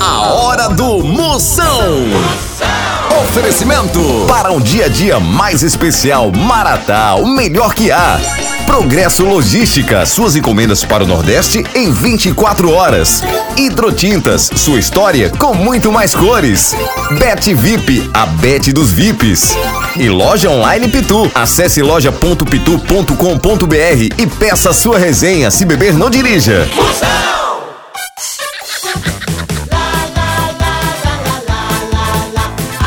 A hora do Moção. Oferecimento para um dia a dia mais especial. Maratá, o melhor que há. Progresso Logística, suas encomendas para o Nordeste em 24 horas. Hidrotintas, sua história com muito mais cores. Bet VIP, a Bet dos VIPs. E loja online Pitu. Acesse loja.pitu.com.br e peça sua resenha. Se beber, não dirija.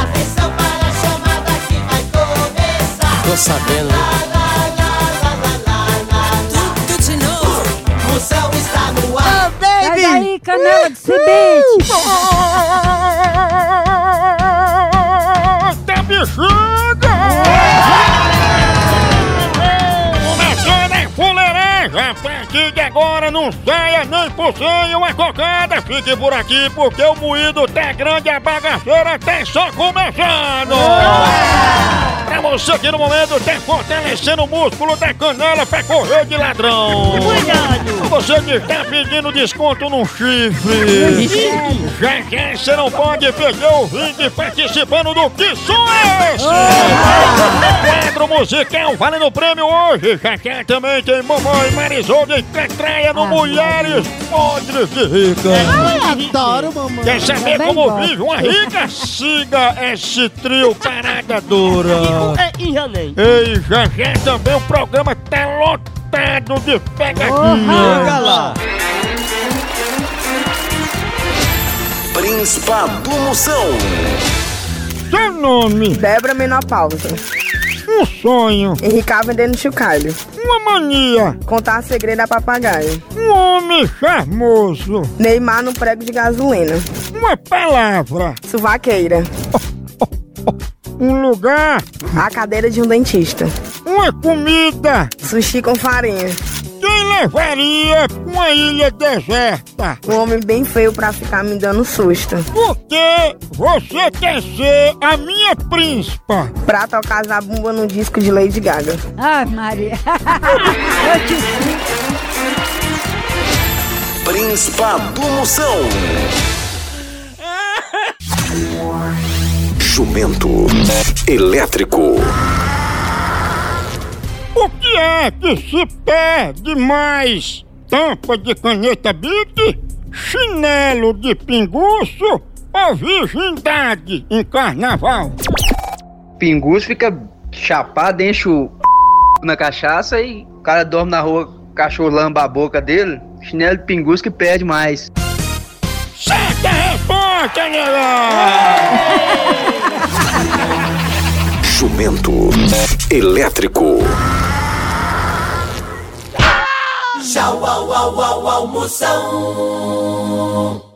Atenção para a chamada que vai começar. Tô sabendo, né? Tudo de novo. Moção está no ar. Sai daí, canela de semente! Eita, bexiga! Começando em fuleiragem, a partir de agora não saia nem por sangue uma cocada. Fique por aqui porque o moído tá grande e a bagaceira tá só começando. Pra você que no momento tá fortalecendo o músculo da canela pra correr de ladrão. Cuidado! Você que tá pedindo desconto num chifre. Já que você não pode perder o ringue participando do Que Som É Esse? Quadro musical valendo é o prêmio hoje. Já que também tem Mamãe Marisolda e Catraia no Mulheres Podres de Rica. Adoro, mamãe. É Quer saber Também como gosto. vive uma rica? Siga esse trio Parada Dura. É em Janeiro. Ei, já já também o programa tá lotado de pegadinha. Chega lá. Príncipa do Moção. Seu nome, Débora Menopausa. um sonho, Henricar vendendo chocalho. uma mania, Contar segredo a papagaio. um homem charmoso. Neymar no prego de gasolina. Uma palavra, Suvaqueira. um lugar, A cadeira de um dentista. uma comida. Sushi com farinha. Quem levaria pra uma ilha deserta? Um homem bem feio pra ficar me dando susto. Porque você quer ser a minha príncipa. Pra tocar zabumba num disco de Lady Gaga. Ah, Maria! Eu te explico. Príncipa do Moção. Jumento elétrico. O que é que se perde mais? Tampa de caneta bic, chinelo de pinguço ou virgindade em carnaval? pingus fica chapado, enche o na cachaça e o cara dorme na rua, o cachorro lamba a boca dele. Chinelo de pingus que perde mais. Certa resposta, galera! Jumento elétrico. Tchau, au, au, au, almoção.